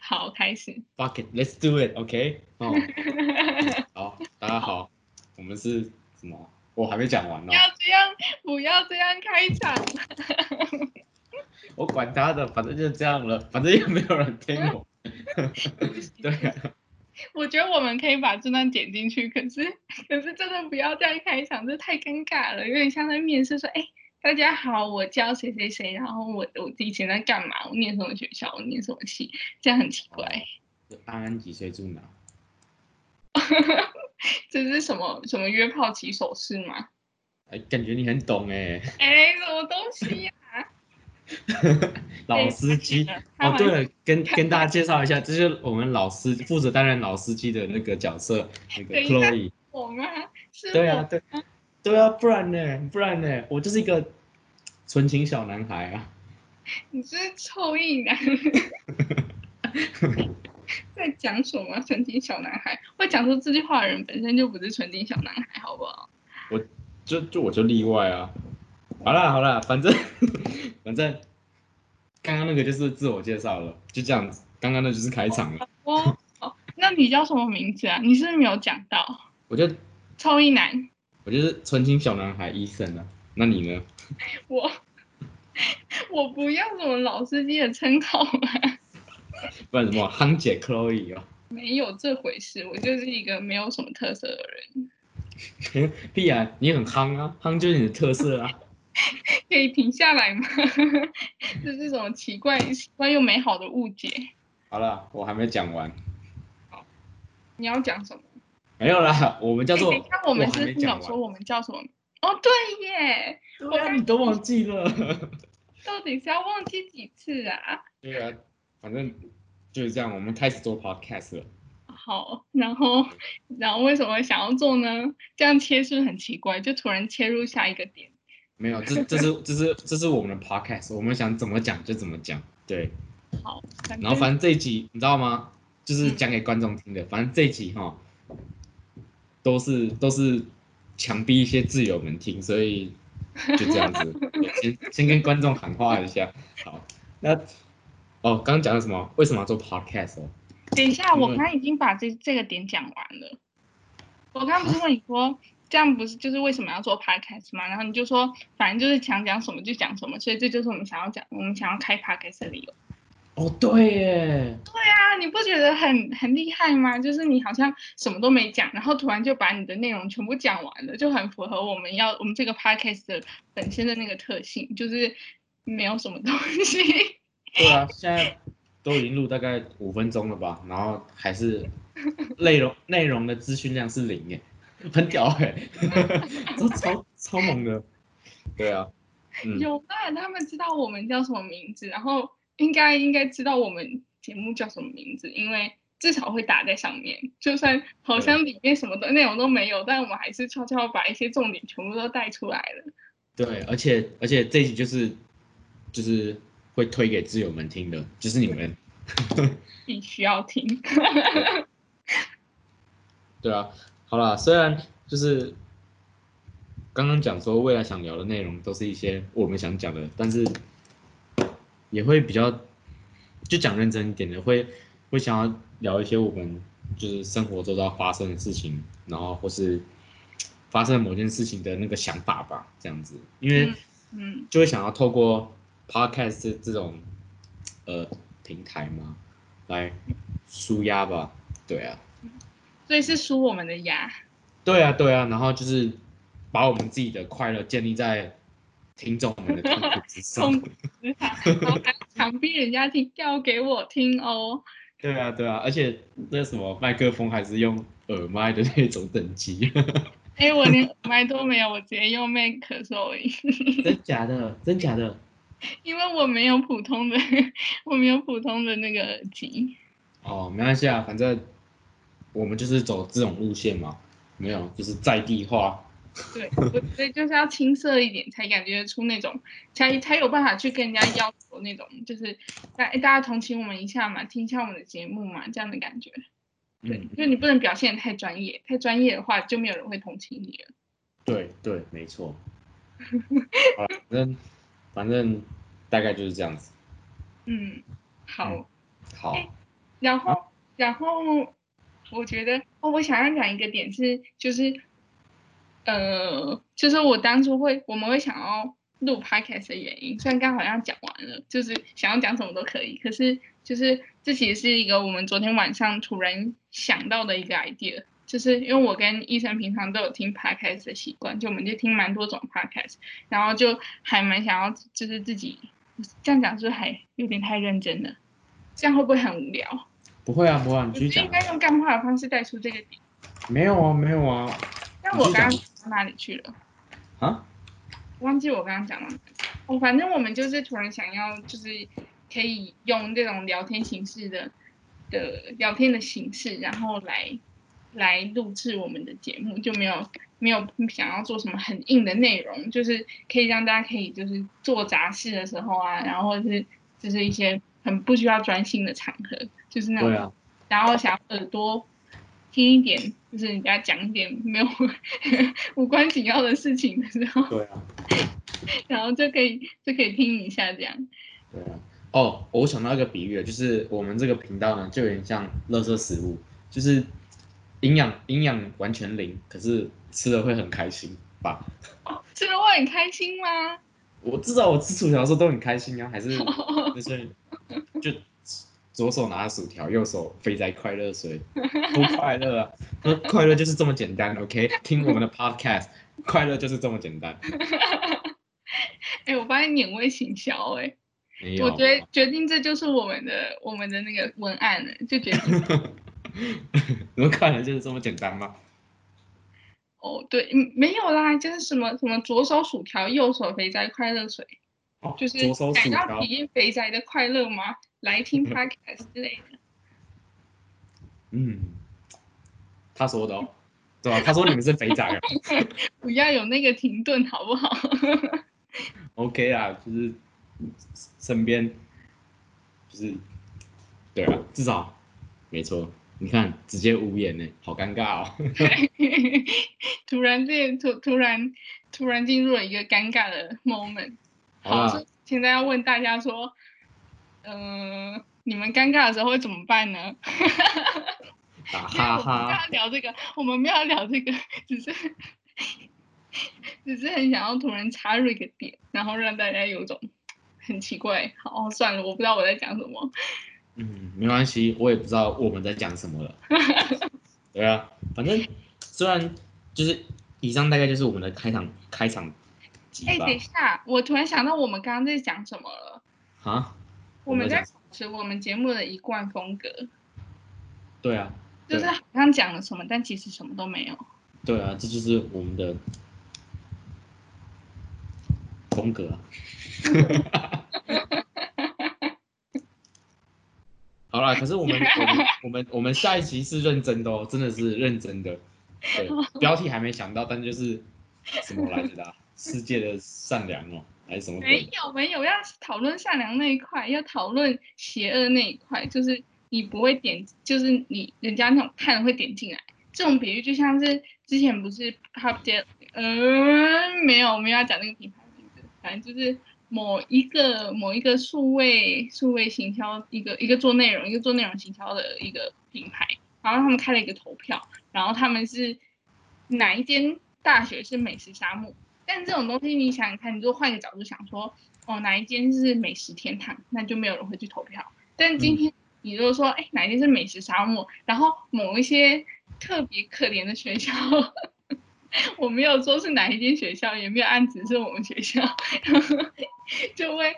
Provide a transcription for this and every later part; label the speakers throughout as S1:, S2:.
S1: 好，开始。
S2: Fuck it，let's do it，OK？、哦，好，大家好，我们是什么？我还没讲完呢
S1: 不、
S2: 哦
S1: 要这样，不要这样开场。
S2: 我管他的，反正就这样了，反正也没有人听我。 对啊，
S1: 我觉得我们可以把这段剪进去，可是可是真的不要这样开场，这太尴尬了，有点像在面试说，哎，大家好，我叫谁谁谁，然后我我以前在干嘛，我念什么学校，我念什么系，这样很奇怪。
S2: 安安几岁住哪？
S1: 这是什么什么约炮起手式吗？
S2: 哎，感觉你很懂哎，
S1: 哎，什么东西呀、哎
S2: 老司机。
S1: 开
S2: 哦，
S1: 玩
S2: 对了，跟跟大家介绍一下，这是我们老司负责担任老司机的那个角色，那个
S1: 等一下
S2: Chloe。
S1: 我吗？是
S2: 对
S1: 我
S2: 啊，对，对啊，不然呢？不然呢？我就是一个纯情小男孩啊。
S1: 你是臭意男，在讲什么纯情小男孩？会讲出这句话的人本身就不是纯情小男孩，好不好？
S2: 就就我就例外啊。好啦好啦，反正反正刚刚那个就是自我介绍了，就这样子。刚刚那就是开场了。
S1: 哦，哦那你叫什么名字啊？你是不是没有讲到？
S2: 我就
S1: 臭意男，
S2: 我就是纯情小男孩医生啊。那你呢？
S1: 我我不要什么老司机的称号啊，
S2: 不然什么夯姐 Chloe 哦？
S1: 没有这回事，我就是一个没有什么特色的人。
S2: 屁啊，你很夯啊，夯就是你的特色啊。
S1: 可以停下来吗？ 这是什么奇怪、奇怪又美好的误解？
S2: 好啦，我还没讲完。
S1: 你要讲什么？
S2: 没有啦，我们叫做
S1: 欸等一下我们
S2: 还
S1: 是
S2: 没
S1: 不
S2: 讲
S1: 想说
S2: 完。
S1: 我们叫什么？哦，对耶，
S2: 对啊，你都忘记了。
S1: 到底是要忘记几次啊？
S2: 对啊，反正就是这样。我们开始做 podcast 了。
S1: 好，然后，然后为什么想要做呢？这样切是不是很奇怪？就突然切入下一个点。
S2: 没有，这这是这是这是我们的 podcast，我们想怎么讲就怎么讲。对，
S1: 好，反
S2: 然后反正这一集你知道吗？就是讲给观众听的。反正这一集哈，都是都是强逼一些挚友们听，所以就这样子。对先先跟观众喊话一下。好，那哦，刚刚讲的什么？为什么要做 podcast 哦？
S1: 等一下，
S2: 因
S1: 我
S2: 为
S1: 刚刚已经把这这个点讲完了。我刚刚不
S2: 啊
S1: 是问你说，这样不是就是为什么要做 podcast 吗？然后你就说，反正就是想讲什么就讲什么，所以这就是我们想要讲，我们想要开 podcast 的理由。
S2: 哦，对耶，
S1: 啊，你不觉得很很厉害吗？就是你好像什么都没讲，然后突然就把你的内容全部讲完了，就很符合我们要我们这个 podcast 的本身的那个特性，就是没有什么东西。
S2: 对啊，现在都已经录大概五分钟了吧，然后还是内容内容的资讯量是零耶，很屌 哎，这超超猛的。对啊，嗯，
S1: 有啦，他们知道我们叫什么名字，然后应该应该知道我们节目叫什么名字，因为至少会打在上面。就算好像里面什么的内容都没有，但我们还是悄悄把一些重点全部都带出来了。
S2: 对，而且而且这一集就是就是会推给挚友们听的，就是你们。
S1: 必须要听，
S2: 对啊，好啦，虽然就是刚刚讲说未来想聊的内容都是一些我们想讲的，但是也会比较就讲认真一点的，会会想要聊一些我们就是生活周遭发生的事情，然后或是发生某件事情的那个想法吧，这样子，因为
S1: 嗯嗯，
S2: 就会想要透过 podcast 这这种呃平台嘛，来舒压吧，对啊。
S1: 所以是输我们的牙。
S2: 对啊，对啊，然后就是把我们自己的快乐建立在听众们的痛苦之
S1: 痛
S2: 上。
S1: 苦之下，然后还要强逼人家听，要给我听哦。
S2: 对啊，对啊，而且那什么麦克风还是用耳麦的那种等级，
S1: 哎，我连耳麦都没有，我直接用 Mac 收音，
S2: 真假的？真假的？
S1: 因为我没有普通的，我没有普通的那个耳机。
S2: 哦，没关系啊，反正我们就是走这种路线嘛，没有，就是在地化。
S1: 对，我觉得就是要青涩一点，才感觉出那种，才才有办法去跟人家要求那种，就是大哎大家同情我们一下嘛，听一下我们的节目嘛，这样的感觉。对，
S2: 嗯，
S1: 因为你不能表现得太专业，太专业的话就没有人会同情你了。
S2: 对对，没错。好啦反正反正大概就是这样子。
S1: 嗯，好。
S2: 好，
S1: 然后，然后我觉得哦，我想要讲一个点是，就是呃，就是我当初会我们会想要录 podcast 的原因，虽然刚好像讲完了，就是想要讲什么都可以，可是就是这其实是一个我们昨天晚上突然想到的一个 idea。就是因为我跟医生平常都有听 podcast 的习惯，就我们就听蛮多种 podcast，然后就还蛮想要就是自己这样讲，是不是还有点太认真了？这样会不会很无聊？
S2: 不会啊，不会、啊，你
S1: 我
S2: 继续
S1: 是
S2: 讲
S1: 应。该用干话的方式带出这个点。
S2: 没有啊，没有啊，
S1: 但
S2: 你
S1: 我
S2: 继续
S1: 刚刚
S2: 讲
S1: 讲到哪里去了？
S2: 啊，
S1: 忘记我刚刚讲到哪里。哦，反正我们就是突然想要，就是可以用这种聊天形式的的聊天的形式，然后来来录制我们的节目，就没有没有想要做什么很硬的内容，就是可以让大家可以就是做杂事的时候啊，然后或者是就是一些很不需要专心的场合，就是那种
S2: 对啊，
S1: 然后想耳朵听一点，就是人家讲一点没有 无关紧要的事情的时候，
S2: 对啊，
S1: 然后就可以就可以听一下这样。
S2: 对啊。哦，我想到一个比喻，就是我们这个频道呢，就有点像垃圾食物，就是营养营养完全零，可是吃了会很开心吧？
S1: 吃了会很开心吗？
S2: 我至少我吃薯条的时候都很开心啊，还 是就是就左手拿着薯条，右手肥宅快乐水，不快乐啊！那快乐就是这么简单，OK？听我们的 podcast，快乐就是这么简单。
S1: 哎、我发现你很会行销哎、
S2: 没有啊
S1: 我觉 得决定这就是我们的我们的那个文案了，就决定
S2: 你们快乐就是这么简单吗？
S1: 哦对，嗯没有啦，就是什么什么左手薯条，右手肥宅快乐水，
S2: 哦
S1: 就是
S2: 左手薯
S1: 想
S2: 条
S1: 要体，验肥宅的快乐吗？来听 podcast 之类的。
S2: 嗯，他说的哦，对吧、他说你们是肥 宅啊
S1: 不要有那个停顿，好不好？
S2: ，OK 啊，就是身边就是对啊，至少没错。你看，直接无言呢，好尴 尬哦。
S1: 突然间，突突然突然进入了一个尴尬的 moment。
S2: 好
S1: 好，
S2: 啦
S1: 所以现在要问大家说，呃，你们尴尬的时候会怎么办呢？
S2: 打
S1: 因为
S2: 哈
S1: 我们
S2: 哈，
S1: 不要聊这个，我们不要聊这个， 只是只是很想要突然插入一个点，然后让大家有种很奇怪。好，算了，我不知道我在讲什么。
S2: 嗯，没关系，我也不知道我们在讲什么了。 对啊，反正虽然就是以上大概就是我们的开场开场集
S1: 哎，
S2: 吧
S1: 等。一下，我突然想到我们刚刚在讲什么了。
S2: 啊，
S1: 我们
S2: 在
S1: 在
S2: 讲
S1: 保持我们节目的一贯风格，
S2: 对啊，
S1: 就
S2: 对
S1: 是好像讲了什么，但其实什么都没有。
S2: 对啊，这就是我们的风格啊。好啦，可是我们我们我们我们下一期是认真的哦，真的是认真的。对，标题还没想到，但就是什么来着的啊、世界的善良哦，还是什么
S1: 没
S2: 鬼？
S1: 有没有，要讨论善良那一块，要讨论邪恶那一块，就是你不会点，就是你人家那种看了会点进来。这种比喻就像是之前不是 Pop d a 嗯，没有没有要讲那个品牌名字，反正就是某一个某一个数位数位行销，一个一个做内容，一个做内容行销的一个品牌，然后他们开了一个投票，然后他们是哪一间大学是美食沙漠？但这种东西你想想看，你如果换一个角度想说，哦哪一间是美食天堂，那就没有人会去投票。但今天你如果说，哎、哪一间是美食沙漠，然后某一些特别可怜的学校， 我没有说是哪一间学校，也没有暗指是我们学校， 就会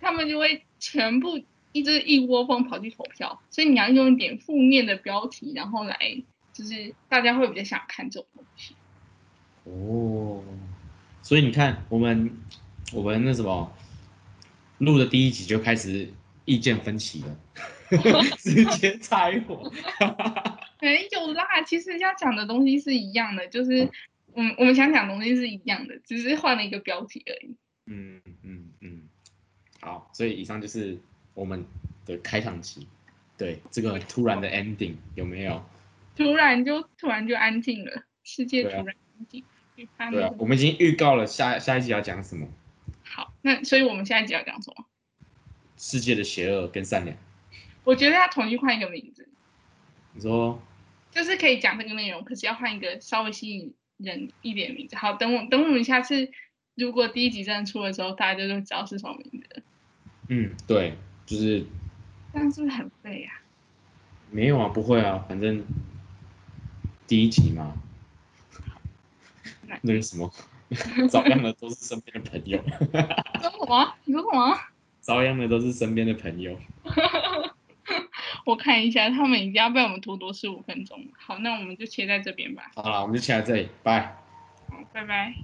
S1: 他们就会全部一直一窝蜂跑去投票，所以你要用一点负面的标题，然后来就是大家会比较想看这种东西。
S2: 哦，所以你看，我们我们那什么录的第一集就开始意见分歧了， 直接拆伙。
S1: 没有啦，其实要讲的东西是一样的，就是我们我们想讲的东西是一样的，只是换了一个标题而已。
S2: 嗯嗯嗯，好，所以以上就是我们的开场集，对这个突然的 ending 有没有？
S1: 突然就突然就安静了，世界突
S2: 对啊
S1: 然安静。去发
S2: 对啊
S1: 明，
S2: 我们已经预告了下下一集要讲什么，
S1: 好，那所以我们现在集要讲什么？
S2: 世界的邪恶跟善良。
S1: 我觉得要统一换一个名字，
S2: 你说
S1: 就是可以讲这个内容，可是要换一个稍微吸引人一点的名字。好，等我等我们下次如果第一集真的出的时候，大家就都知道是什么名字了，
S2: 嗯，对，就是
S1: 这样是不是很废啊？
S2: 没有啊，不会啊，反正第一集嘛，那个什么 遭殃的都是身边的朋友，
S1: 说什么？你说什么？
S2: 遭殃的都是身边的朋友。
S1: 我看一下，他们已经要被我们拖多十五分钟了。好，那我们就切在这边吧。
S2: 好了，我们就切在这里，拜。
S1: 好，拜拜。